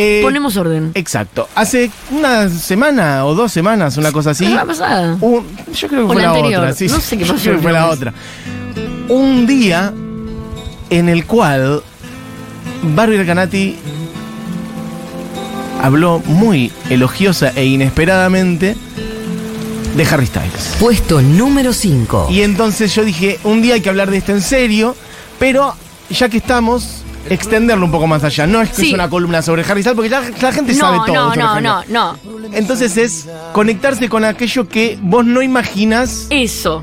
Eh, Ponemos orden. Exacto. Hace una semana o dos semanas, una cosa así. La pasada. un- yo creo que O fue la la anterior. otra. sí, No sí, sé qué yo pasó creo que fue la después. otra. Un día en el cual Barbie Canati habló muy elogiosa e inesperadamente de Harry Styles. Puesto número 5. Y entonces yo dije, un día hay que hablar de esto en serio, pero ya que estamos, extenderlo un poco más allá. No es que Sí. es una columna sobre Harry Styles, porque ya la gente sabe No, todo. no, sobre no, Harry no, no. Styles. Entonces es conectarse con aquello que vos no imaginas. Eso.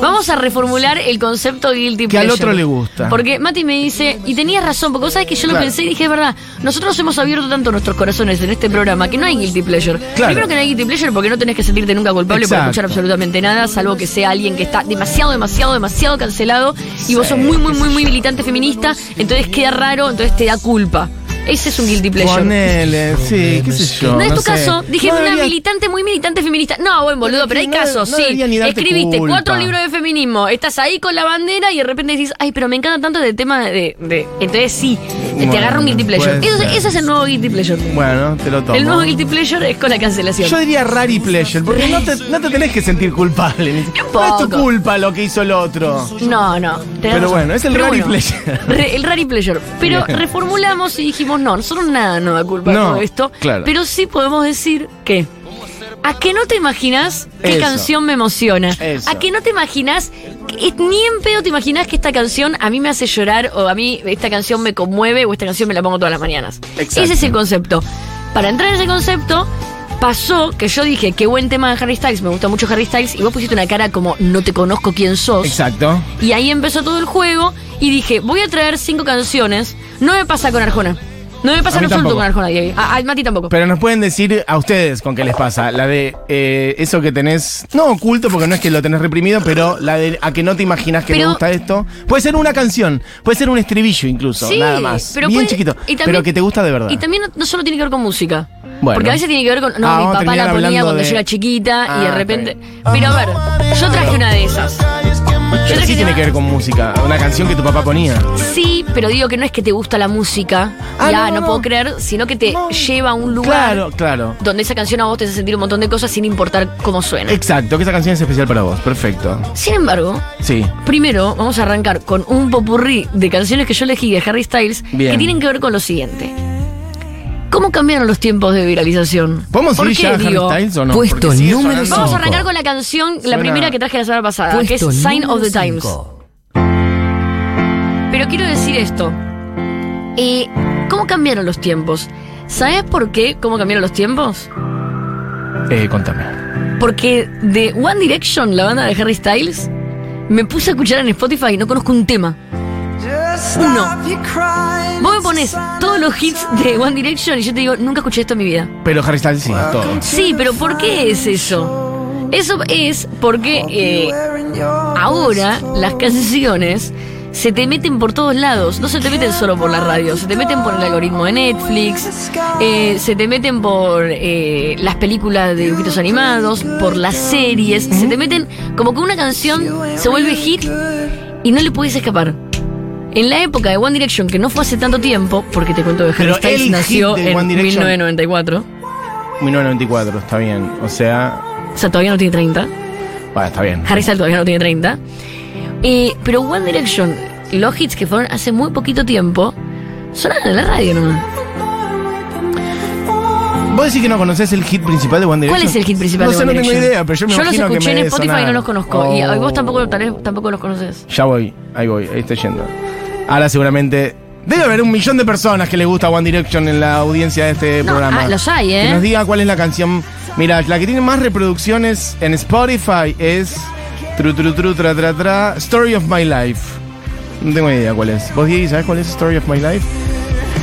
Vamos a reformular el concepto guilty Que al pleasure. otro le gusta. Porque Mati me dice, y tenías razón, porque vos sabés que yo lo Claro. pensé y dije, es verdad, nosotros hemos abierto tanto nuestros corazones en este programa que no hay guilty pleasure. Claro. Primero que no hay guilty pleasure porque no tenés que sentirte nunca culpable por Exacto. escuchar absolutamente nada, salvo que sea alguien que está demasiado, demasiado, demasiado cancelado y vos sos muy, muy, muy, muy militante feminista, entonces queda raro, entonces te da culpa. Ese es un guilty pleasure. Ponele, sí, qué sé yo. No, es tu sé. caso. Dije No una debería- militante, muy militante feminista. No, buen boludo, No, pero hay no, casos, no sí. debería ni darte Escribiste culpa. cuatro libros de feminismo, estás ahí con la bandera y de repente decís, ay, pero me encanta tanto este tema de. de- Entonces sí, Bueno, te agarra un guilty pleasure. puede Eso, ser. ese es el nuevo guilty pleasure. Bueno, te lo tomo. El nuevo guilty pleasure es con la cancelación. Yo diría rari pleasure, porque no te, no te tenés que sentir culpable. ni- No es tu Tampoco. culpa lo que hizo el otro. No, no. tenés Pero razón. bueno, es el Pero rari pleasure. Re- el rari pleasure. Pero Bien. reformulamos y dijimos, no, nosotros nada nos da culpa de No, todo esto. claro. Pero sí podemos decir que. A que no te imaginas qué Eso. canción me emociona. Eso. A que no te imaginas, que- eh, ni en pedo te imaginas que esta canción a mí me hace llorar o a mí esta canción me conmueve o esta canción me la pongo todas las mañanas. Exacto. Ese es el concepto. Para entrar en ese concepto, pasó que yo dije, qué buen tema de Harry Styles, me gusta mucho Harry Styles, y vos pusiste una cara como, no te conozco quién sos. Exacto. Y ahí empezó todo el juego y dije, voy a traer cinco canciones. No me pasa con Arjona. No me pasa A mí en absoluto tampoco. con Arjona, Diego. A, a Mati tampoco. Pero nos pueden decir a ustedes con qué les pasa. La de eh, eso que tenés, no oculto, porque no es que lo tenés reprimido, pero la de a que no te imaginas que te Pero- gusta esto. Puede ser una canción, puede ser un estribillo incluso, nada más. Bien puede- chiquito, y también- pero que te gusta de verdad. Y también no, no solo tiene que ver con música. Bueno. Porque a veces tiene que ver con. No, Ah, mi vamos a papá la terminar ponía hablando cuando de- yo era chiquita y Ah, de ok. repente. Pero a ver, yo traje una de esas. Pero sí tiene que ver con música, una canción que tu papá ponía. Sí, pero digo que no es que te gusta la música. Ah, ya, no, no, no. puedo creer, sino que te No. lleva a un lugar Claro, claro. donde esa canción a vos te hace sentir un montón de cosas sin importar cómo suena. Exacto, que esa canción es especial para vos, perfecto. Sin embargo, Sí. Primero, vamos a arrancar con un popurrí de canciones que yo elegí de Harry Styles Bien. que tienen que ver con lo siguiente. ¿Cómo cambiaron los tiempos de viralización? ¿Podemos ¿Por ir qué, ya a Harry digo? Styles o no? Puesto Porque sigue número sonando- Vamos a Cinco. arrancar con la canción, la Suena- primera que traje la semana pasada, Ah, que es Puesto Sign of the número Times. cinco. Pero quiero decir esto. Eh, ¿Cómo cambiaron los tiempos? ¿Sabes por qué? ¿Cómo cambiaron los tiempos? Eh, contame. Porque de One Direction, la banda de Harry Styles, me puse a escuchar en Spotify y no conozco un tema. Uno. Vos me pones todos los hits de One Direction y yo te digo, nunca escuché esto en mi vida. Pero Harry Styles sí, todo. Sí, pero ¿por qué es eso? Eso es porque eh, ahora las canciones se te meten por todos lados. No se te meten solo por la radio, se te meten por el algoritmo de Netflix, eh, se te meten por eh, las películas de dibujitos animados, por las series. Se te meten como que una canción se vuelve hit y no le puedes escapar. En la época de One Direction, que no fue hace tanto tiempo, porque te cuento que Harry Pero el Styles hit nació de en One Direction. 1994, 1994, está bien. O sea, o sea, todavía no tiene 30. bueno, está bien. Harry Styles todavía no tiene 30. Eh, pero One Direction, los hits que fueron hace muy poquito tiempo, sonaron en la radio nomás. ¿Vos decís que no conocés el hit principal de One Direction? ¿Cuál es el hit principal no de sé, One No tengo Direction? idea, pero yo me los imagino que escuché en me debe Spotify y no sonar. los conozco. Y a- Oh. vos tampoco, tal vez tampoco los conoces. Ya voy, ahí voy, ahí estoy yendo. Ahora seguramente... Debe haber un millón de personas que le gusta One Direction en la audiencia de este No, programa. ah, los hay, ¿eh? Que nos diga cuál es la canción. Mira, la que tiene más reproducciones en Spotify es... Tru, tru, tru, tra, tra, tra, Story of My Life. No tengo idea cuál es. ¿Vos, Diego, sabés cuál es Story of My Life?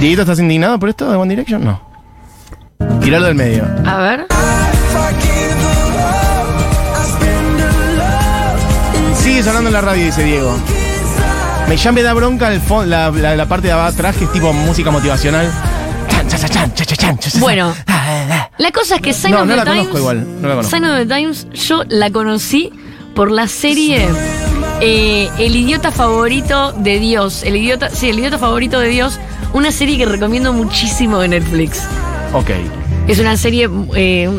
Dieguito, ¿estás indignado por esto de One Direction? No. Tirarlo del medio. A ver. Sigue sonando en la radio, dice Diego. Me ya me da bronca el fon- la, la- la parte de atrás que es tipo música motivacional. Chan, chan, chan, chan, chan, chan, chan, chan, chan. Bueno. Ah, ah, ah. La cosa es que Sign No, of no the la Times. conozco igual, no la conozco. Sign of the Times, yo la conocí por la serie eh, El idiota favorito de Dios. El idiota, sí, el idiota favorito de Dios. una serie que recomiendo muchísimo de Netflix. ah. Ok. Es una serie eh,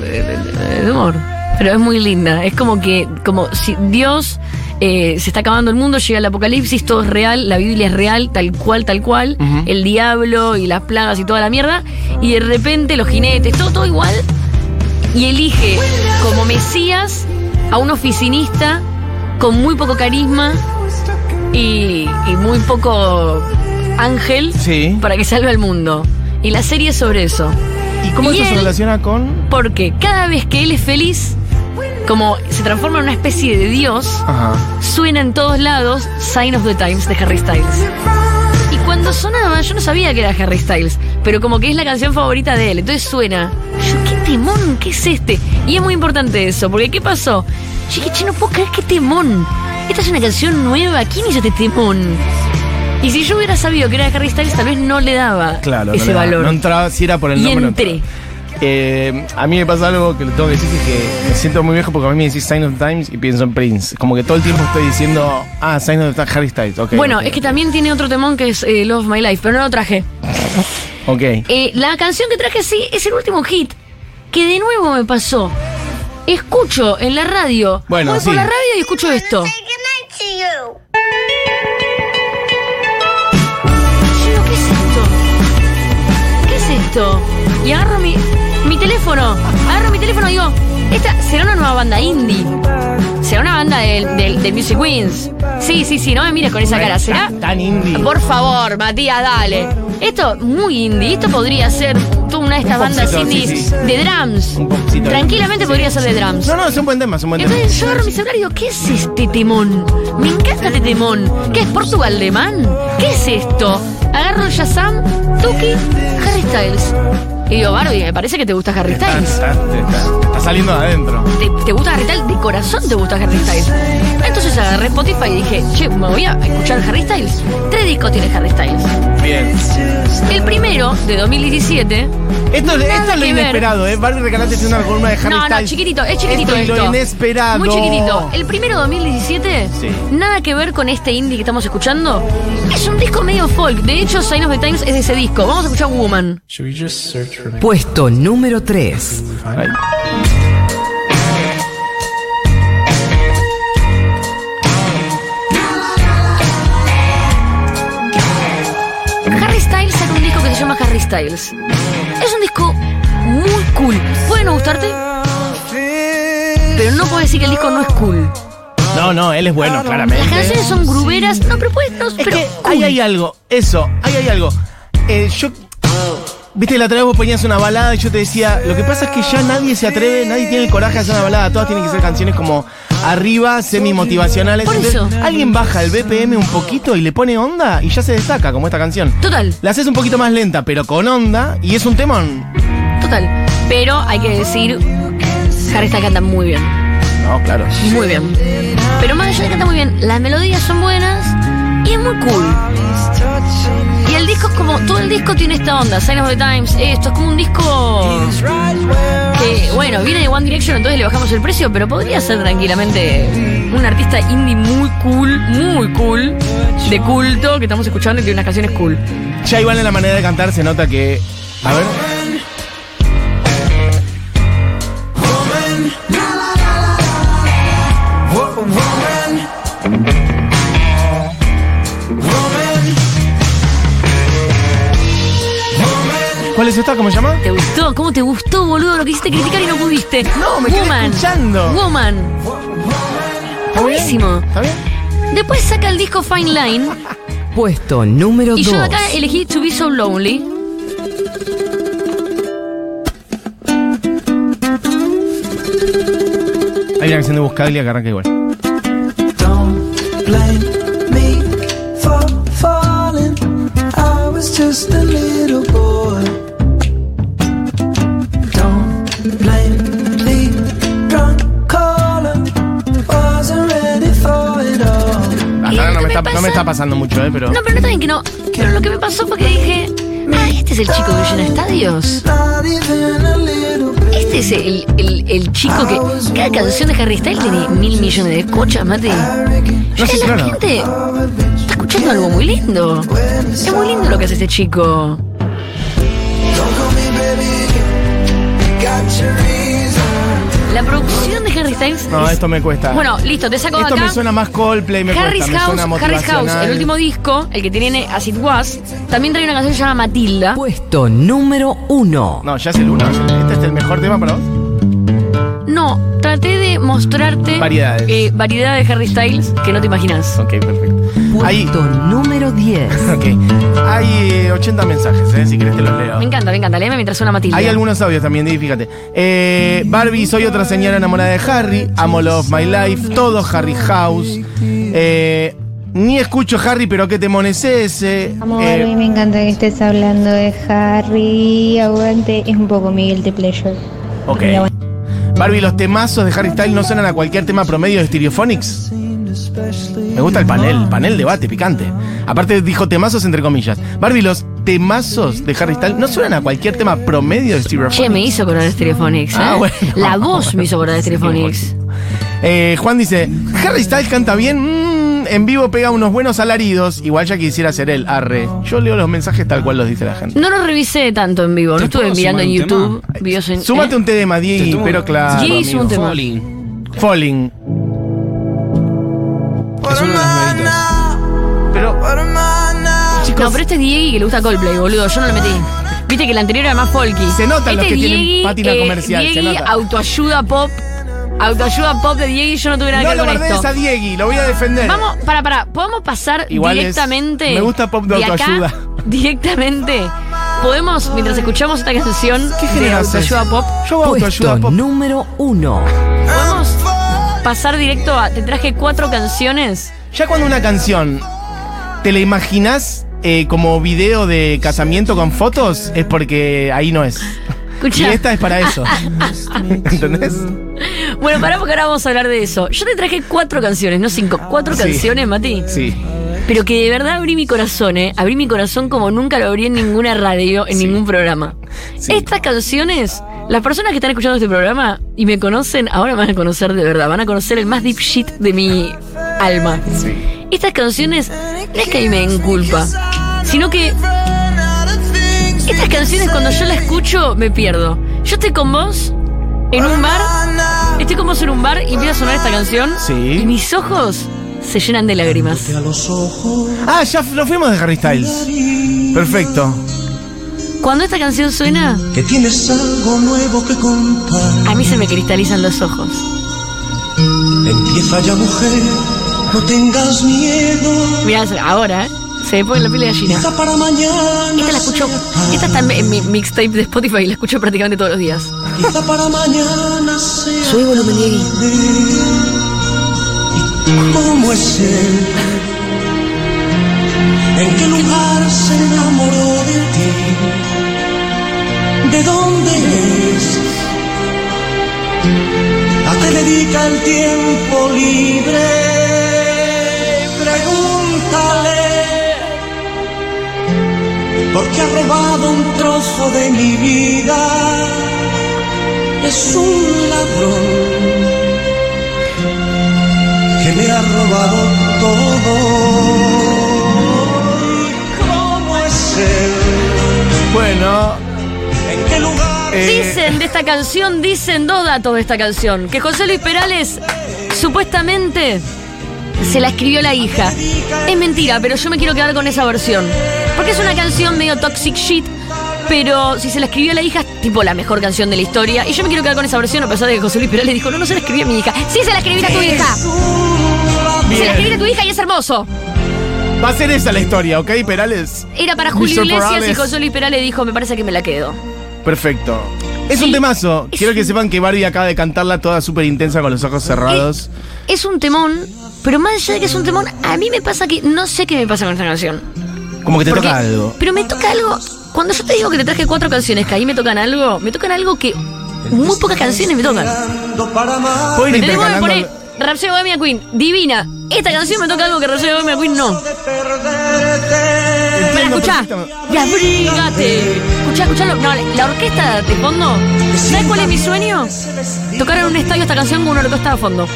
de humor, pero es muy linda. Es como que, como si Dios eh, se está acabando el mundo, llega el apocalipsis, todo es real, la Biblia es real, tal cual, tal cual, Ujú. el diablo y las plagas y toda la mierda, y de repente los jinetes, todo, todo igual, y elige como Mesías a un oficinista con muy poco carisma y, y muy poco ángel Sí. para que salve al mundo. Y la serie es sobre eso. ¿Y cómo Y eso se él- relaciona con...? Porque cada vez que él es feliz, como se transforma en una especie de dios, Ajá. suena en todos lados Sign of the Times de Harry Styles. Y cuando sonaba, yo no sabía que era Harry Styles, pero como que es la canción favorita de él, entonces suena. Yo, ¿qué temón? ¿Qué es este? Y es muy importante eso, porque ¿qué pasó? Che, che, no puedo creer qué temón. Esta es una canción nueva, ¿quién hizo este temón? Y si yo hubiera sabido que era de Harry Styles, tal vez no le daba Claro. ese no, le- valor. No entraba, si era por el y nombre. no entré. entraba. Eh, a mí me pasa algo que le tengo que decir, que es que me siento muy viejo porque a mí me decís Sign of the Times y pienso en Prince. Como que todo el tiempo estoy diciendo, ah, Sign of the Times, Harry Styles. ok, bueno, ok, es que también tiene otro temón que es eh, Love of My Life, pero no lo traje. Ok. Eh, la canción que traje sí es el último hit, que de nuevo me pasó. Escucho en la radio. Bueno, voy sí. por la radio y escucho esto. Say goodnight to you. Yo, ¿Qué es esto? ¿Qué es esto? Y agarro mi, mi teléfono. Agarro mi teléfono y digo, esta será una nueva banda indie. Será una banda del, del- del Music Wins. Sí, sí, sí, no me mires con esa cara. ¿Será? Tan, tan indie. Por favor, Matías, dale. Esto muy indie, esto podría ser toda una de estas Un bandas popcito, indies sí, sí. de drums. Un popcito. Tranquilamente podría ser de drums. No, no, es un buen tema, es un buen tema. Entonces yo agarro mi celular y digo, ¿qué es este temón? Me encanta este temón. ¿Qué es Portugal de Man? ¿Qué es esto? Agarro el Shazam, Tuki, Harry Styles. Y digo, Barbie, me parece que te gusta Harry Está, Styles. está- está- está saliendo de adentro. ¿Te, te gusta Harry Styles? De corazón te gusta Harry Styles. Entonces agarré Spotify y dije, che, me voy a escuchar Harry Styles. Tres discos tiene Harry Styles. Bien. El primero, de 2017. Esto, es- esto es lo Nada que ver. inesperado, ¿eh? Barbie Recalate tiene una columna de Harry no, no, Styles. chiquitito, es chiquitito Esto es esto. lo inesperado. Muy chiquitito. El primero, 2017, Sí. nada que ver con este indie que estamos escuchando. Es un disco medio folk. De hecho, Sign of the Times es de ese disco. Vamos a escuchar Woman. Should we just search for me? Puesto número 3. Ay. Harry Styles saca un disco que se llama Harry Styles. Es un disco muy cool. Puede no gustarte, pero no puedo decir que el disco no es cool. No, no, él es bueno, Las claramente. canciones son gruberas. No, pero puede, no, Es pero que cool. ahí hay algo, eso, ahí hay algo. Eh, yo. Viste, la otra vez vos ponías una balada y yo te decía, lo que pasa es que ya nadie se atreve, nadie tiene el coraje de hacer una balada, todas tienen que ser canciones como arriba, semi-motivacionales. Por Entonces, eso. Alguien baja el BPM un poquito y le pone onda y ya se destaca, como esta canción. Total. La haces un poquito más lenta, pero con onda, y es un temón. Total. Pero hay que decir, Harry Styles canta muy bien. No, claro. Muy bien. Pero más allá de que canta muy bien, las melodías son buenas y es muy cool. Y el disco es como, todo el disco tiene esta onda, Sign of the Times, esto, es como un disco que, bueno, viene de One Direction, entonces le bajamos el precio, pero podría ser tranquilamente un artista indie muy cool, muy cool, de culto, que estamos escuchando y tiene unas canciones cool. Ya igual en la manera de cantar se nota que. A ver. ¿Cuál es esta? ¿Cómo se llama? ¿Te gustó? ¿Cómo te gustó, boludo? Lo quisiste criticar y no pudiste. No, me quedé Woman. escuchando. Woman. ¿Está bien? Buenísimo. ¿Está bien? Después saca el disco Fine Line. Puesto número 2. Y yo de acá eh, elegí To Be So Lonely. Hay una canción de Buscaglia que arranca igual. Don't blame me for falling. I was just a little boy. Don't blame me, drunk caller. Wasn't ready for it all. Hasta ahora lo no me, que me está, no pasa- me está pasando mucho, ¿eh? Pero. No, pero no está bien que no. Pero lo que me pasó fue que dije, ah, este es el chico que llena estadios. Not even a little bit. Este es el, el- el chico que. Cada canción de Harry Styles tiene mil millones de escuchas, mate. No sé si no, la no. gente está haciendo algo muy lindo. Es muy lindo lo que hace este chico. La producción de Harry Styles. No, es- esto me cuesta. Bueno, listo, te saco de Esto acá. me suena más Coldplay, me Harry's cuesta, me House, suena Harry's House, motivacional. el último disco, el que tiene As It Was, también trae una canción llamada Matilda. Puesto número uno. No, ya es el uno. Este es el mejor tema para vos. No, traté de mostrarte Variedades. eh, variedad de Harry Styles que no te imaginas. Ok, perfecto. Ahí. Puesto número 10. Ok. Hay eh, 80 mensajes, eh, si querés te los leo. Me encanta, me encanta, léeme mientras suena Matilda. Hay algunos audios también, Di, fíjate. Eh, Barbie, soy otra señora enamorada de Harry. Amo Love My Life, todo Harry House. Eh, ni escucho Harry, pero qué temón es ese. Amor, Eh, a mí me encanta que estés hablando de Harry. Aguante, es un poco Miguel de Pleasure. ok. Barbie, los temazos de Harry Styles no suenan a cualquier tema promedio de Stereophonics. Me gusta el panel, panel debate picante. Aparte dijo temazos entre comillas. Barbie, los temazos de Harry Styles no suenan a cualquier tema promedio de Stereophonics. Che, me hizo acordar de Stereophonics. ¿eh? Ah, bueno. La voz me hizo acordar de Stereophonics. Eh, Juan dice, Harry Styles canta bien, mm, en vivo pega unos buenos alaridos, igual ya quisiera ser él, arre. Yo leo los mensajes tal cual los dice la gente. No lo revisé tanto en vivo, no ¿Te estuve puedo mirando sumar en un YouTube. tema? videos en- Súmate ¿eh? un tema, Te Diego, tomo- pero claro. Diego hizo un amigo. tema. Falling. Falling. Es uno de los nuevitos. Pero, No, pero este es Diego que le gusta Coldplay, boludo. Yo no lo metí. Viste que el anterior era más folky. Se notan los que Este es tienen Diegui, pátina comercial, se Diegui, nota. autoayuda pop. Autoayuda pop de Diego yo no tuve nada no que lo ver con guardes esto. a Diego, lo voy a defender. Vamos, para, para, podemos pasar Igual es- directamente. me gusta pop de acá, autoayuda. directamente. Podemos, mientras escuchamos esta canción ¿Qué de género haces? autoayuda pop, Yo hago autoayuda Puesto pop. número 1. podemos pasar directo a. Te traje cuatro canciones. Ya cuando una canción te la imaginas eh, como video de casamiento con fotos, es porque ahí no es. Y Escucha. esta es para eso. ¿Entendés? Bueno, pará porque ahora vamos a hablar de eso. Yo te traje cuatro canciones, no cinco. Cuatro Sí. canciones, Mati. Sí. Pero que de verdad abrí mi corazón, ¿eh? Abrí mi corazón como nunca lo abrí en ninguna radio, en ningún programa. Sí. Estas canciones, las personas que están escuchando este programa y me conocen, ahora me van a conocer de verdad, van a conocer el más deep shit de mi alma. Estas canciones, no es que ahí me den culpa, sino que estas canciones cuando yo las escucho me pierdo. Yo estoy con vos en un bar, estoy con vos en un bar y empieza a sonar esta canción Sí. y mis ojos se llenan de lágrimas. Ah, ya lo fuimos de Harry Styles. Perfecto. Cuando esta canción suena, Que tienes algo nuevo que contar. a mí se me cristalizan los ojos. Empieza ya, mujer, no tengas miedo. Mirá, ahora ¿eh? se me pone la piel de gallina. Quizá para mañana. Esta la escucho, sea esta está en mi- en mi mixtape de Spotify y la escucho prácticamente todos los días. tarde, Quizá para mañana sea. Subí volumen, Diegui. tarde. ¿Cómo es él? ¿En qué lugar se enamoró de ti? ¿De dónde es? ¿A qué dedica el tiempo libre? Pregúntale, porque ha robado un trozo de mi vida. Es un ladrón que me ha robado todo. ¿Cómo es él? Bueno, ¿En qué lugar? eh, Dicen de esta canción, dicen dos datos de esta canción. Que José Luis Perales supuestamente se la escribió la hija. Es mentira, pero yo me quiero quedar con esa versión. Porque es una canción medio toxic shit, pero si se la escribió la hija es tipo la mejor canción de la historia. Y yo me quiero quedar con esa versión a pesar de que José Luis Perales dijo, no, no se la escribí a mi hija. Sí, se la escribí a tu hija. Se la escribí a tu hija y es hermoso. va a ser esa la historia, ¿ok, Perales? Era para Julio Mr. Iglesias y Perales. José Luis Perales dijo, me parece que me la quedo. Perfecto. Es Sí. un temazo. Es Quiero que un- sepan que Barbie acaba de cantarla toda súper intensa con los ojos cerrados. Es un temón, pero más allá de que es un temón, a mí me pasa que no sé qué me pasa con esta canción. Como que te Porque- toca algo. Pero me toca algo. Cuando yo te digo que te traje cuatro canciones que ahí me tocan algo, me tocan algo que muy pocas canciones me tocan. Para amar. Puedo ir Me tengo que intercalando- poner Rapsodia Bohemia Queen, divina. Esta canción me toca algo que Rapsodia Bohemia Queen no. Entiendo Para escuchar. perfectamente. Y abrígate escuchá, escuchalo. No, la orquesta de fondo. ¿Sabes cuál es mi sueño? Tocar en un estadio esta canción con una orquesta de fondo.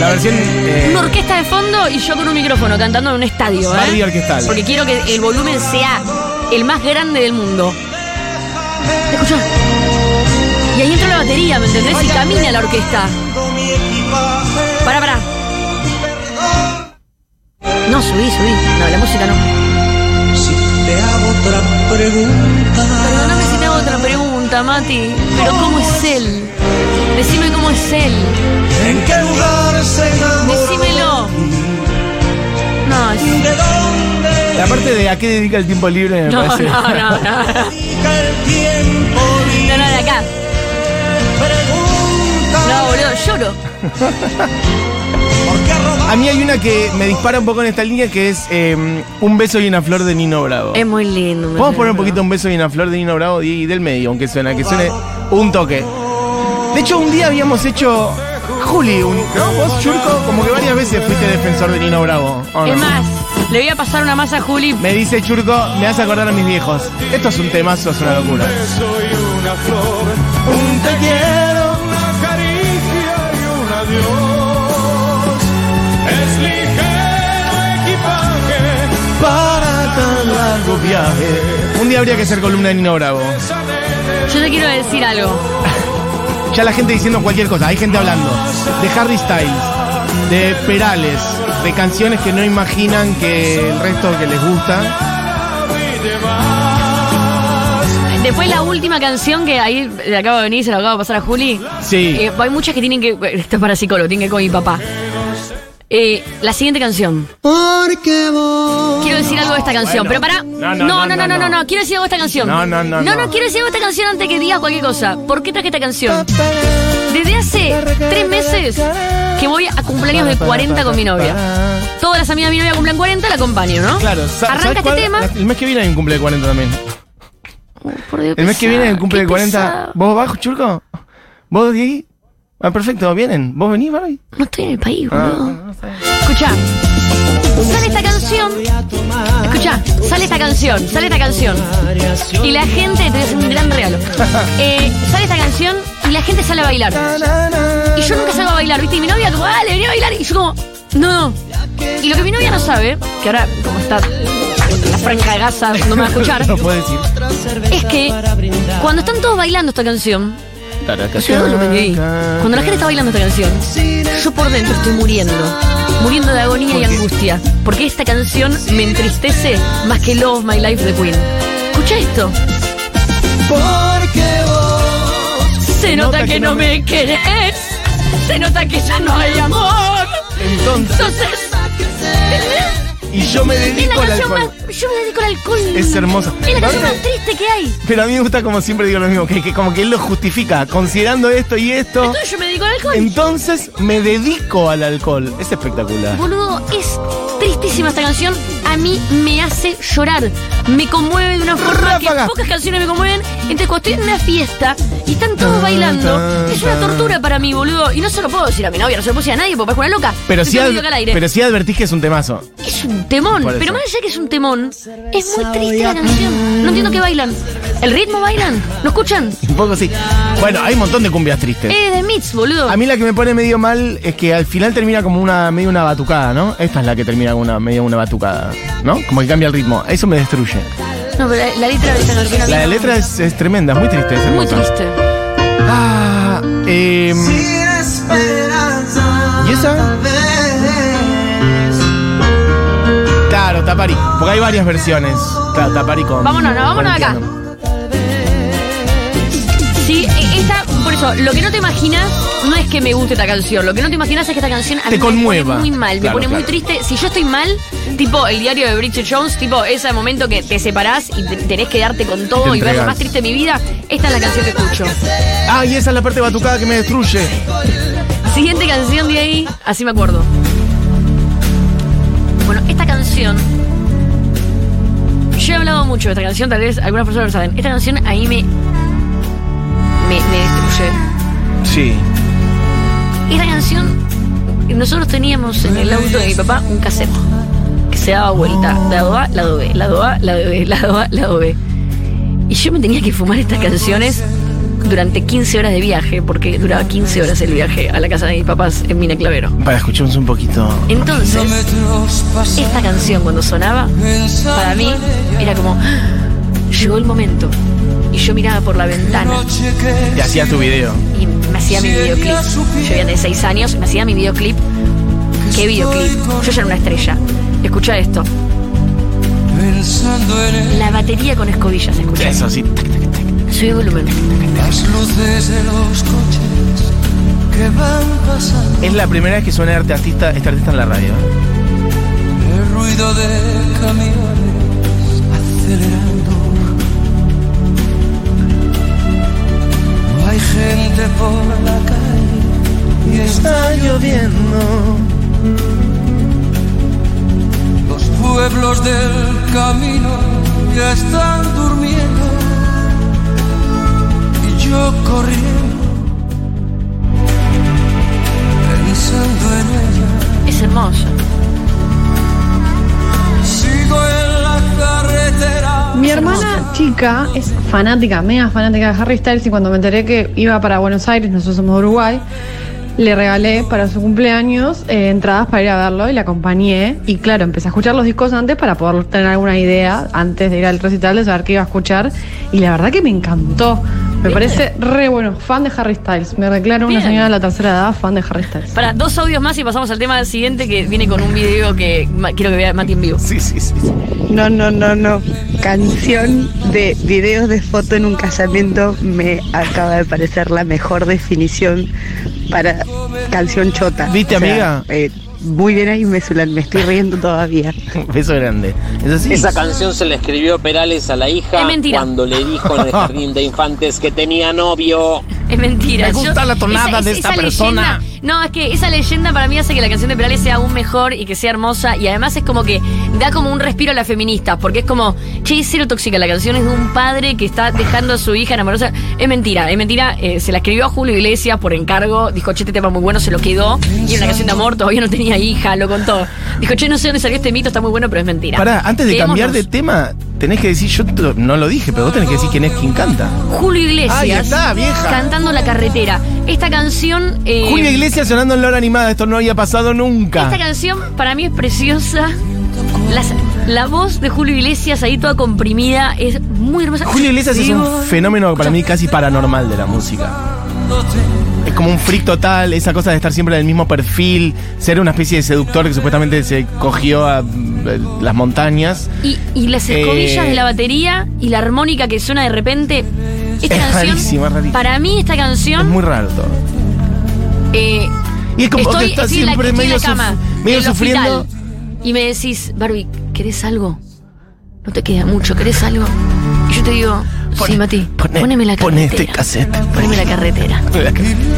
La versión. eh, Una orquesta de fondo y yo con un micrófono cantando en un estadio, Barbie ¿eh? orquestal. Porque quiero que el volumen sea el más grande del mundo. Escuchá. Y ahí entra la batería, ¿me entendés? Y camina la orquesta. Pará, pará. No, subí, subí. No, la música no. Si te hago otra pregunta, Perdóname si te hago otra pregunta, Mati. Pero ¿cómo es él? Decime cómo es él. ¿en qué lugar se enamoró? Decímelo. No, es- ¿De dónde La parte de a qué dedica el tiempo libre me no, no, parece. no, no. No, dedica el tiempo no, de libre? acá. Pregunta, No, boludo, lloro. ¿por qué robar? A mí hay una que me dispara un poco en esta línea que es eh, Un beso y una flor de Nino Bravo. Es muy lindo. Vamos me a poner un acuerdo. poquito un beso y una flor de Nino Bravo y del medio, aunque suena, que suene un toque. De hecho, un día habíamos hecho. Juli, un, ¿no? Vos, Churco, como que varias veces fuiste defensor de Nino Bravo. ¿o no? Es más, le voy a pasar una masa a Juli. Me dice Churco, me vas a acordar a mis viejos. Esto es un temazo, es una locura. Soy una flor, Un te quiero. una caricia y un adiós. Es ligero equipaje, Para tan largo viaje. Un día habría que ser columna de Nino Bravo. Yo te quiero decir algo. Ya la gente diciendo cualquier cosa, hay gente hablando de Harry Styles, de Perales, de canciones que no imaginan que el resto que les gusta. Después la última canción que ahí le acabo de venir, se la acabo de pasar a Juli. Sí. Eh, hay muchas que tienen que. Esto es para psicólogo, tienen que ir con mi papá. Eh, la siguiente canción. Porque vos Quiero decir algo de esta canción, bueno. pero para. No, no, no, no, no, no, no. no, no, quiero decir algo de esta canción. No, no, no, No, no. no, quiero decir algo de esta canción antes que digas cualquier cosa. ¿Por qué traje esta canción? Desde hace tres meses que voy a cumpleaños de 40 con mi novia. Todas las amigas de mi novia cumplen 40, la acompaño, ¿no? Claro, sa- Arranca ¿sabes este cuál? tema. La- El mes que viene hay un cumple de 40 también. Por Dios, El mes que pesado, viene hay un cumple qué de 40. pesado. ¿Vos bajo, Churco? ¿Vos, Diego? Ah, perfecto, vienen. ¿Vos venís, Barbie? No estoy en el país, Ah, boludo. Escucha. Sale esta canción. Escucha, sale esta canción, sale esta canción. Y la gente, te voy a hacer un gran regalo. Eh, sale esta canción y la gente sale a bailar. Y yo nunca salgo a bailar, ¿viste? Y mi novia como, dale, vení a bailar. Y yo como, no, no. Y lo que mi novia no sabe, que ahora como está en la franja de gasa, no me va a escuchar, No puedo decir. es que cuando están todos bailando esta canción, yo no lo pedí. Cuando la gente está bailando esta canción, yo por dentro estoy muriendo. Muriendo de agonía y angustia. Porque esta canción me entristece más que Love My Life de Queen. Escucha esto. Se nota, que, no me querés. Se nota que ya no hay amor. Entonces, Entonces. y yo me Es la dedico al canción más. alcohol. Yo me dedico al alcohol. Es hermosa. Es la canción Aparte- más triste que hay. Pero a mí me gusta como siempre digo lo mismo, que, que como que él lo justifica, considerando esto y esto. Entonces yo me dedico al alcohol. Entonces me dedico al alcohol. Es espectacular. Boludo, es tristísima esta canción. A mí me hace llorar. Me conmueve de una forma Ráfaga. que pocas canciones me conmueven. Entonces, cuando estoy en una fiesta y están todos bailando, es una tortura para mí, boludo. Y no se lo puedo decir a mi novia, no se lo puedo decir a nadie, porque es una loca. Pero Entonces, sí, lo ad- digo acá al aire. pero sí advertís que es un temazo. Es un temón, Por eso. pero más allá que es un temón, es muy triste la canción. No entiendo qué bailan. ¿El ritmo bailan? ¿No escuchan? Un poco sí. Bueno, hay un montón de cumbias tristes. Es de Mits, boludo. A mí la que me pone medio mal es que al final termina como una medio una batucada, ¿no? Esta es la que termina con una medio una batucada, ¿no? Como que cambia el ritmo. Eso me destruye. No, pero la, la letra de esta canción a mí La no- letra es, es tremenda, es muy triste, es muy hermosa. triste. Ah, em, sin esperanza. ¿Y esa? Claro, Tapari. Porque hay varias versiones. Claro, Tapari con. Vámonos, no, vámonos con de acá. piano. Sí, e- esta, por eso, lo que no te imaginas no es que me guste esta canción, lo que no te imaginas es que esta canción a Te mí conmueva. me pone muy mal, Claro, me pone muy claro. triste. Si yo estoy mal, tipo el diario de Bridget Jones, tipo ese momento que te separás y te- tenés que darte con Te todo y ver lo entregás. más triste de mi vida, esta es la canción que escucho. Ah, y esa es la parte batucada que me destruye. Siguiente canción de ahí, así me acuerdo. Bueno, esta canción. Yo he hablado mucho de esta canción, tal vez algunas personas lo saben. Esta canción ahí me. me, me destruye. Sí. Esta canción, nosotros teníamos en el auto de mi papá un cassette que se daba vuelta, lado A, lado B, lado A, lado B, lado A, lado B. Y yo me tenía que fumar estas canciones durante 15 horas de viaje, porque duraba 15 horas el viaje a la casa de mis papás en Mina Clavero. Para escucharnos un poquito. Entonces, esta canción cuando sonaba, para mí era como, "Ah, llegó el momento. Y yo miraba por la ventana Y hacías tu video. y me hacía mi videoclip. Yo ya de 6 años, me hacía mi videoclip. ¿Qué videoclip? Yo ya era una estrella. Escucha esto. Pensando en él, La batería con escobillas, escucha. Eso, sí. Subí el volumen. las luces de los coches que van pasando, Es la primera vez que suena este artista, este artista en la radio. ¿eh? el ruido de camiones acelerando. No hay gente por la calle y está lloviendo. Los pueblos del camino ya están durmiendo y yo corriendo pensando en ella. Es hermoso. Sigo en la carretera. Mi hermana chica es fanática, mega fanática de Harry Styles y cuando me enteré que iba para Buenos Aires, nosotros somos de Uruguay, le regalé para su cumpleaños eh, entradas para ir a verlo y la acompañé. Y claro, empecé a escuchar los discos antes para poder tener alguna idea antes de ir al recital de saber qué iba a escuchar. Y la verdad que me encantó. Me parece re bueno, fan de Harry Styles. Me declaro una Bien. señora de la tercera edad fan de Harry Styles. Para dos audios más y pasamos al tema siguiente que viene con un video que ma- quiero que vea Mati en vivo. Sí, sí, sí. No, no, no, no. Canción de videos de foto en un casamiento me acaba de parecer la mejor definición para canción chota. ¿Viste, amiga? eh, muy bien ahí, Mesulan, me estoy riendo todavía. Beso grande. Es así. Esa canción se la escribió Perales a la hija Es mentira. cuando le dijo en el jardín de infantes que tenía novio. Es mentira. Me gusta la tonada de esta persona. leyenda- no, es que esa leyenda para mí hace que la canción de Perales sea aún mejor y que sea hermosa. Y además es como que da como un respiro a la feminista. Porque es como, che, es cero tóxica. La canción es de un padre que está dejando a su hija enamorosa. Es mentira, es mentira. Eh, se la escribió a Julio Iglesias por encargo. Dijo, che, este tema muy bueno, se lo quedó. Y era una canción de amor, todavía no tenía hija, lo contó. Dijo, che, no sé dónde salió este mito, está muy bueno, pero es mentira. Pará, antes de cambiar de Quedémonos. tema, tenés que decir, yo te lo- no lo dije, pero vos tenés que decir quién es quien canta. Julio Iglesias. Ahí está, vieja. Cantando La Carretera. Esta canción. eh, Julio Iglesias sonando en la hora animada, esto no había pasado nunca. Esta canción para mí es preciosa. Las- la voz de Julio Iglesias ahí toda comprimida es muy hermosa. Julio Iglesias es Digo, un fenómeno para mí casi paranormal de la música. Es como un freak total, esa cosa de estar siempre en el mismo perfil, ser una especie de seductor que supuestamente se cogió a mm, las montañas. Y, y las escobillas Eh. de la batería y la armónica que suena de repente. Esta Es canción. rarísimo, es rarísimo. Para mí, esta Es canción. muy raro todo. eh, Y es como estoy, que estás estoy en la- siempre estoy en medio, la suf- cama, medio en el sufriendo. hospital, y me decís, Barbie, ¿querés algo? No te queda mucho, ¿querés algo? Y yo te digo, sí, Mati, poné- poneme la poné este carretera. cassette. Poneme la carretera.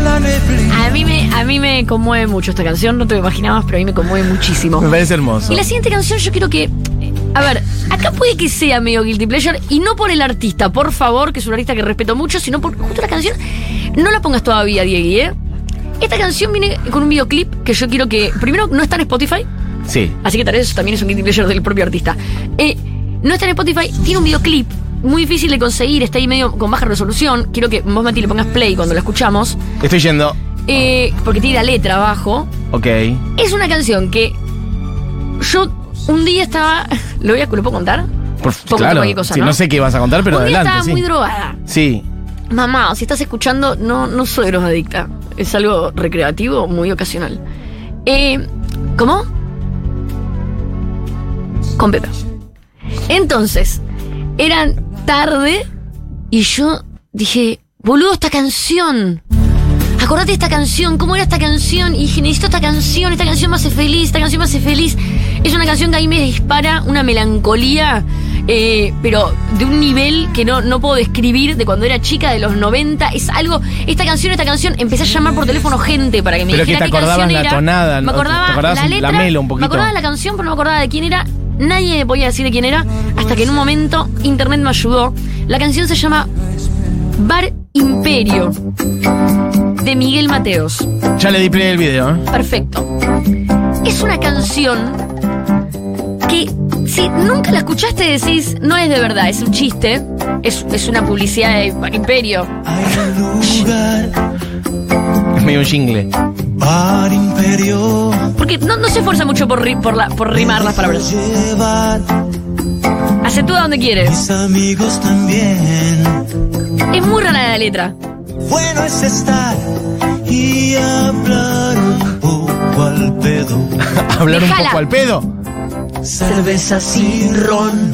La neblina. A mí, me, a mí me conmueve mucho esta canción, no te lo imaginabas, pero a mí me conmueve muchísimo. Me parece hermoso. Y la siguiente canción yo quiero que... eh, A ver, acá puede que sea medio Guilty Pleasure, y no por el artista, por favor, que es un artista que respeto mucho, sino por justo la canción. No la pongas todavía, Diegui, ¿eh? Esta canción viene con un videoclip que yo quiero que... Primero, no está en Spotify, Sí. así que tal vez eso también es un Guilty Pleasure del propio artista. Eh, no está en Spotify, tiene un videoclip muy difícil de conseguir, está ahí medio con baja resolución. Quiero que vos, Mati, le pongas play cuando la escuchamos. Estoy yendo. Eh, porque tiene la letra abajo. Ok. Es una canción que yo un día estaba. ¿Lo, voy a, ¿lo puedo contar? Por- Poco claro. cualquier cosa, sí, ¿no? ¿no? sé qué vas a contar, pero un día adelante. estaba sí. muy drogada. sí. Mamá, si estás escuchando, no, no soy drogadicta. Es algo recreativo, muy ocasional. Eh, ¿Cómo? Con Pepe. Entonces, eran tarde y yo dije, boludo, esta canción. Acordate de esta canción, ¿cómo era esta canción? Y dije, necesito esta canción, esta canción me hace feliz, esta canción me hace feliz. Es una canción que ahí me dispara una melancolía, eh, pero de un nivel que no, no puedo describir de cuando era chica, de los 90. Es algo, esta canción, esta canción, empecé a llamar por teléfono gente para que me Pero que dijera te qué acordabas canción la era. tonada, me ¿no? Te acordaba acordabas la la letra, melo un me poquito. acordaba la canción, pero no me acordaba de quién era. Nadie me podía decir de quién era, hasta que en un momento internet me ayudó. La canción se llama Bar Imperio de Miguel Mateos. Ya le di play el video. ¿eh? Perfecto. Es una canción que Si nunca la escuchaste, decís, no es de verdad, es un chiste, es, es una publicidad de Imperio. Hay un lugar Es medio un jingle. para imperio. Porque no, no se esfuerza mucho por, ri- por, la- por rimar las palabras. Llevar Acentúa donde quieres. mis amigos también. Es muy rara la letra. Bueno es estar y hablar un poco al pedo. Hablar un Dejala. poco al pedo. Cerveza sin ron.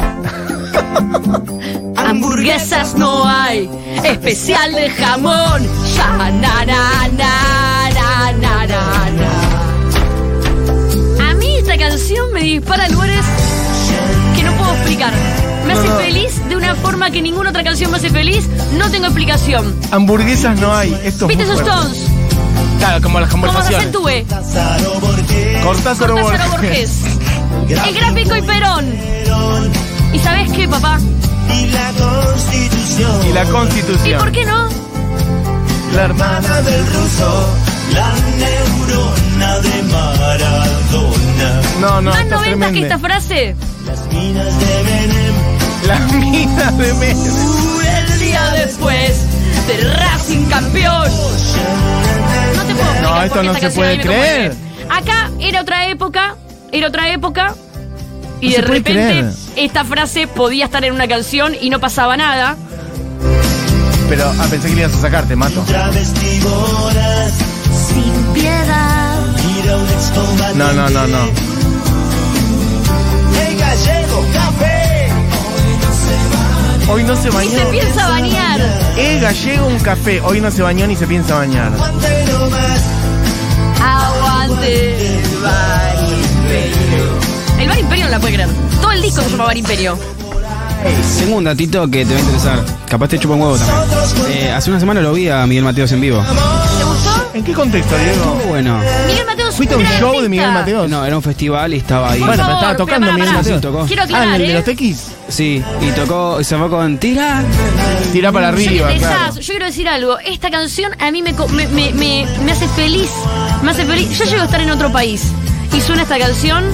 Hamburguesas no hay, especial de jamón. Ya, na, na, na, na, na, na, na. A mí esta canción me dispara a lugares que no puedo explicar. Me hace feliz de una forma que ninguna otra canción me hace feliz. No tengo explicación. Hamburguesas no hay. Esto es ¿Viste muy esos fuerte. tons? Claro, como las Como se conversaciones. acentúe. Cortázar Cortázar o Borges. Borges. El gráfico y Perón. ¿Y sabes qué, papá? Y la constitución. Y la ¿Y por Constitución. qué no? La hermana. hermana del ruso. La neurona de Maradona. No, no, Más está noventas que esta tremendo. frase. Las minas de Benem. La mina de Messi. El día después del Racing campeón. No te puedo explicar No, por esto qué no se esta canción puede a mí me creer. conmueve. Acá era otra época, era otra época. Y No de se puede repente creer. esta frase podía estar en una canción y no pasaba nada. Pero ah, pensé que le ibas a sacar, te mato. Travestidoras. Sin piedad. Mira un excombatiente. No, no, no, no. El gallego café. Hoy no se Y se bañó. piensa bañar. El gallego un café. Hoy no se bañó ni se piensa bañar. Cuantero más. Aguante el Bar Imperio. El Bar Imperio no la puede creer. Todo el disco se llama Bar Imperio. Tengo un datito que te va a interesar. Capaz te chupa un huevo también. Eh, hace una semana lo vi a Miguel Mateos en Ah, vivo. ¿Te gustó? ¿En qué contexto, Diego? Estuvo bueno. Miguel Mateos. ¿Fuiste a un gran show de Miguel artista. Mateos? No, era un festival y estaba ahí. Por Bueno, pero favor, estaba tocando pará, Miguel pará. Mateos. Sí, tocó. Quiero Ah, aclarar, ¿en el de ¿eh? los tequis? Sí, y tocó, se fue con tira. Tira para Yo, arriba, que te claro. deshago, yo quiero decir algo. Esta canción a mí me, co- me, me- me- me hace feliz. Me hace feliz. Yo llego a estar en otro país y suena esta canción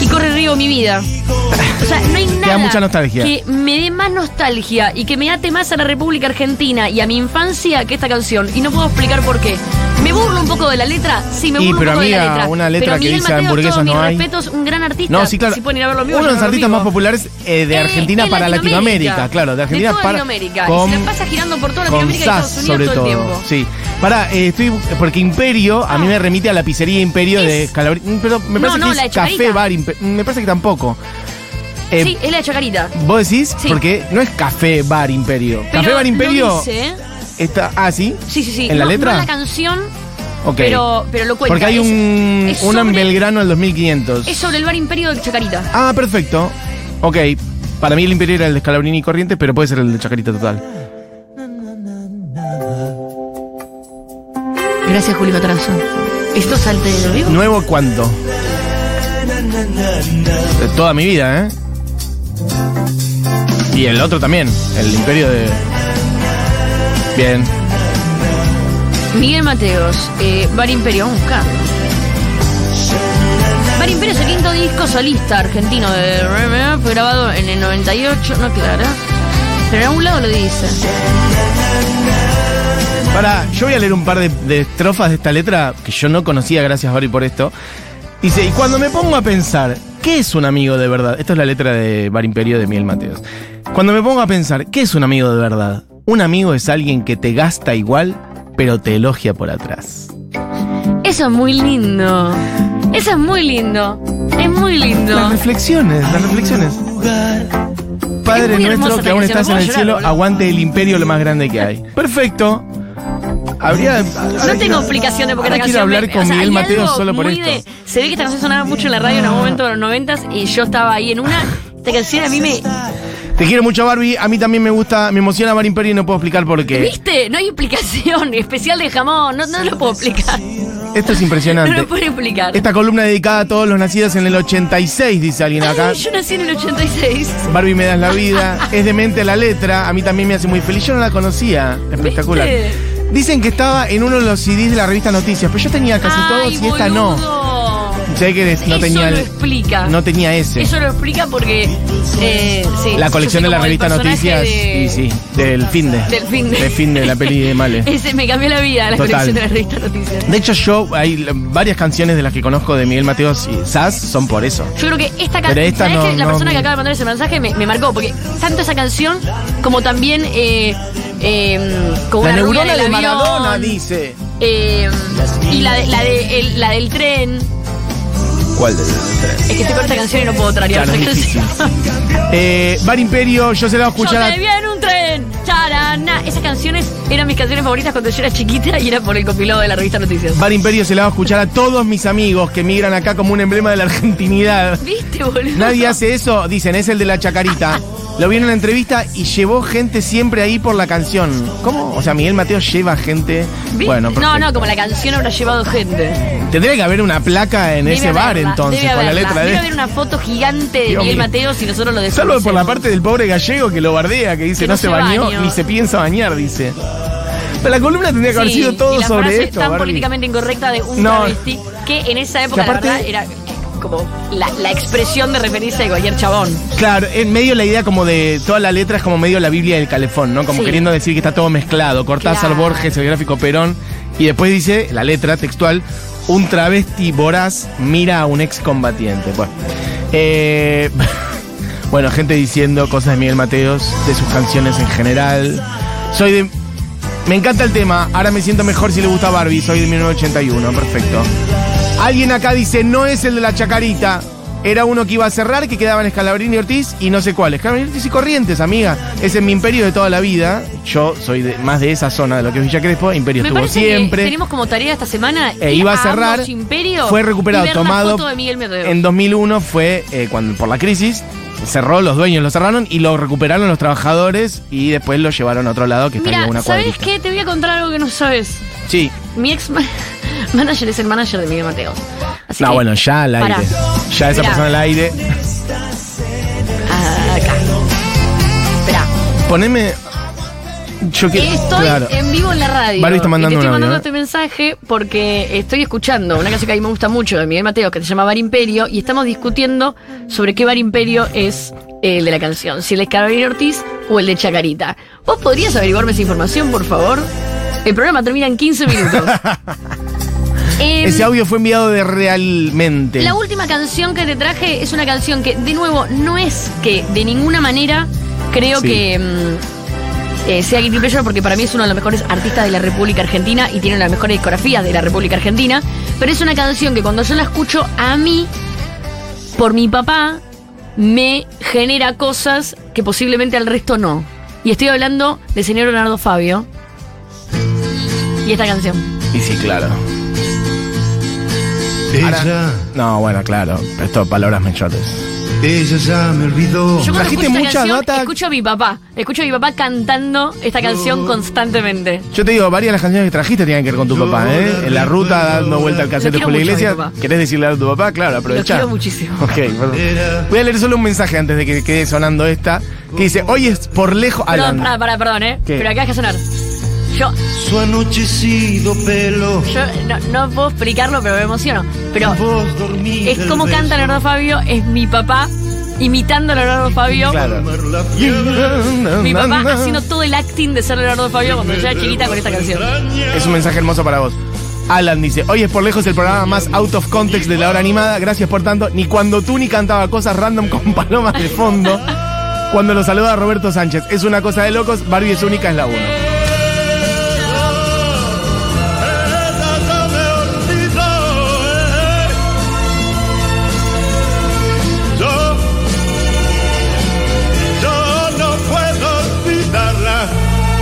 y corre río mi vida. O sea, no hay da nada mucha nostalgia. que me dé más nostalgia y que me ate más a la República Argentina y a mi infancia que esta canción. Y no puedo explicar por qué. Me burlo un poco de la letra, sí, me Y, burlo pero un poco de la amiga, letra. una letra pero que Miguel dice Mateos, hamburguesas todos no mis hay. respetos, un gran artista. No, sí, claro. Si pueden ir a verlo en vivo, Uno yo de los lo veo en artistas más vivo. populares eh, de Eh, Argentina de para Latinoamérica. Claro, de Argentina de toda para. Latinoamérica. con- y se la pasa girando por toda con Latinoamérica y SAS, Estados Unidos sobre todo, el todo. tiempo. Ah. Sí. Pará, eh, estoy. Porque Imperio a mí me remite a la pizzería Imperio de Es- Calabria. Mm, Pero me No, parece no, la que de es café Chacarita. bar. Impe- mm, Me parece que tampoco. Eh, sí, es la de Chacarita. ¿Vos decís? Sí. Porque no es café bar Imperio. Pero café bar Imperio. Lo dice, ¿eh? Está, ah, sí. Sí, sí, sí. ¿En la No- letra? No la canción, Ok. pero, pero lo cuenta. porque hay Es- un, es uno en sobre- Belgrano al 2500. Es sobre el bar Imperio de Chacarita. Ah, perfecto. Ok. Para mí el Imperio era el de Scalabrini y Corriente, pero puede ser el de Chacarita Total. Gracias, Julio Atraso. Esto salte de lo vivo. ¿Nuevo cuánto? De toda mi vida, ¿eh? Y el otro también, el Imperio de... Bien. Miguel Mateos, eh, Bar Imperio, vamos a buscar. Bar Imperio es el quinto disco solista argentino de RMA, fue grabado en el 98, no clara. Pero en algún lado lo dice. Para, yo voy a leer un par de, de estrofas de esta letra que yo no conocía, gracias Bari por esto. Dice, y cuando me pongo a pensar, ¿qué es un amigo de verdad? Esta es la letra de Bar Imperio de Miguel Mateos. Cuando me pongo a pensar, ¿qué es un amigo de verdad? Un amigo es alguien que te gasta igual, pero te elogia por atrás. Eso es muy lindo. Eso es muy lindo. Es muy Las lindo. reflexiones, las reflexiones. Padre Es muy nuestro hermosa que esta aún canción, estás en me el puedo cielo, llorar, boludo. aguante el imperio lo más grande que hay. Perfecto. Habría... No tengo explicación de por qué Ahora la quiero canción. hablar me- con hay Miguel Mateos algo solo por muy esto. se ve que esta canción sonaba mucho en la radio en algún momento de los noventas y yo estaba ahí en una. Esta canción a mí me. Eh. Te quiero mucho, Barbie. A mí también me gusta, me emociona Bar Imperio y no puedo explicar por qué. ¿Viste? No hay explicación. Especial de jamón. No, no lo puedo explicar. Esto es No impresionante. lo puedo explicar. Esta columna dedicada a todos los nacidos en el 86, dice alguien acá. Ay, Yo nací en el 86. Barbie me das la vida. Es demente la letra. A mí también me hace muy feliz. Yo no la conocía. Espectacular. ¿Viste? Dicen que estaba en uno de los CDs de la revista Noticias, pero yo tenía casi todos Ay, y esta no. boludo. Sé que no Eso tenía lo el- explica. no tenía ese. Eso lo explica porque. eh, sí, la yo colección soy de la como el revista personaje Noticias de- y sí, del fin de. Del finde. Del finde, la peli de Male. Ese me cambió la vida, la Total. colección de la revista Noticias. De hecho, yo, hay l- varias canciones de las que conozco de Miguel Mateos y Sass son por eso. Yo creo que esta Pero canción. esta no- la no- persona que acaba de mandar ese mensaje me, me marcó? Porque tanto esa canción como también. Eh, eh, como La una rubia neurona en de el avión, Maradona dice. eh, y la, de- la, de, el- la del tren. ¿Cuál de las tres? Es que estoy con esta canción y no puedo traer Claro, es difícil. Eh, Bar Imperio, yo se la voy a Yo escuchar te vi en un tren, charana. Esas canciones eran mis canciones favoritas cuando yo era chiquita y era por el compilado de la revista Noticias. a. Bar Imperio se la va a escuchar a todos mis amigos que migran acá como un emblema de la argentinidad. ¿Viste, boludo? Nadie hace eso, dicen, es el de la chacarita. Lo vi en una entrevista y llevó gente siempre ahí por la canción. ¿Cómo? O sea, Miguel Mateo lleva gente. ¿Viste? Bueno, no, perfecto. no, como la canción habrá llevado gente. Tendría que haber una placa en Debe ese bar haberla, entonces, debe con la haberla. letra Debe de. haber una foto gigante de Dios Miguel mío. Mateo si nosotros lo decimos. Salvo por la parte del pobre gallego que lo bardea, que dice Que no, no se se bañó bañó". ni se piensa bañar, dice. Pero la columna tendría que haber sido todo y la sobre frase esto. tan Barbie. políticamente incorrecta de un No. travesti que en esa época Que aparte- la verdad era como la, la expresión de referirse de cualquier chabón. Claro, en medio la idea como de toda la letra es como medio la Biblia del calefón, ¿no? Como Sí. queriendo decir que está todo mezclado. Cortázar, Claro. Borges, el gráfico Perón. Y después dice, la letra textual, un travesti voraz mira a un excombatiente. Bueno, Eh, bueno, gente diciendo cosas de Miguel Mateos, de sus canciones en general. Soy de... Me encanta el tema, ahora me siento mejor si le gusta Barbie, soy de 1981, perfecto. Alguien acá dice, no es el de la chacarita. Era uno que iba a cerrar, que quedaban Escalabrini y Ortiz y no sé cuál. Escalabrini Ortiz y Corrientes, amiga. Es en mi imperio de toda la vida. Yo soy de- más de esa zona de lo que es Villa Crespo. Imperio Me estuvo parece que siempre. tenemos como tarea esta semana Eh, ir iba a cerrar. ambos imperios Fue recuperado, y ver la tomado. foto de Miguel Mateo. En 2001 fue eh, cuando por la crisis. Cerró, los dueños lo cerraron y lo recuperaron los trabajadores y después lo llevaron a otro lado que está en Mira, una ¿sabes cuadrita. qué? Te voy a contar algo que no sabes. Sí. Mi ex ma- manager es el manager de Miguel Mateos. Así No, que, Ah, bueno, ya al aire. pará. Ya esa Mirá. persona al aire. Acá. Esperá. Poneme. Yo quiero. Estoy claro. en vivo en la radio. Barbie está mandando y te estoy un audio, mandando ¿eh? este mensaje porque estoy escuchando una canción que a mí me gusta mucho de Miguel Mateo que se llama Bar Imperio y estamos discutiendo sobre qué Bar Imperio es el de la canción, si el de Carolina Ortiz o el de Chacarita. ¿Vos podrías averiguarme esa información, por favor? El programa termina en 15 minutos. Em, Ese audio fue enviado de realmente. La última canción que te traje es una canción que, de nuevo, no es que de ninguna manera creo Sí. que mm, eh, sea Guilty Pleasure, porque para mí es uno de los mejores artistas de la República Argentina y tiene las mejores discografías de la República Argentina. Pero es una canción que cuando yo la escucho a mí, por mi papá, me genera cosas que posiblemente al resto no. Y estoy hablando del señor Leonardo Fabio y esta canción. Y sí, claro. Ahora- no, bueno, claro. Esto, palabras menchotes. Ella ya me olvidó. Yo cuando Trajiste escucho mucha esta canción, data. escucho a mi papá. Escucho a mi papá cantando esta canción constantemente. Yo te digo, varias de las canciones que trajiste tenían que ver con tu papá, ¿eh? En la ruta dando vuelta al casete quiero por la mucho a mi iglesia. papá. ¿Querés decirle algo a tu papá? Claro, Lo aprovechá. quiero muchísimo. Ok, perdón. Voy a leer solo un mensaje antes de que quede sonando esta. Que dice, hoy es por lejos. Perdón, Alan. pará, pará, perdón, ¿eh? ¿Qué? Pero acá hay que sonar. Yo, Su anochecido pelo. yo no, no puedo explicarlo, pero me emociono. Pero Vos dormí es del como canta beso. Leonardo Fabio, es mi papá imitando a Leonardo Fabio. Claro. Mi papá haciendo todo el acting de ser Leonardo Fabio cuando yo era chiquita con esta canción. Es un mensaje hermoso para vos. Alan dice, hoy es por lejos el programa más out of context de la hora animada, gracias por tanto, ni cuando tú ni cantaba cosas random con palomas de fondo, cuando lo saluda Roberto Sánchez, es una cosa de locos, Barbie es única, es la uno.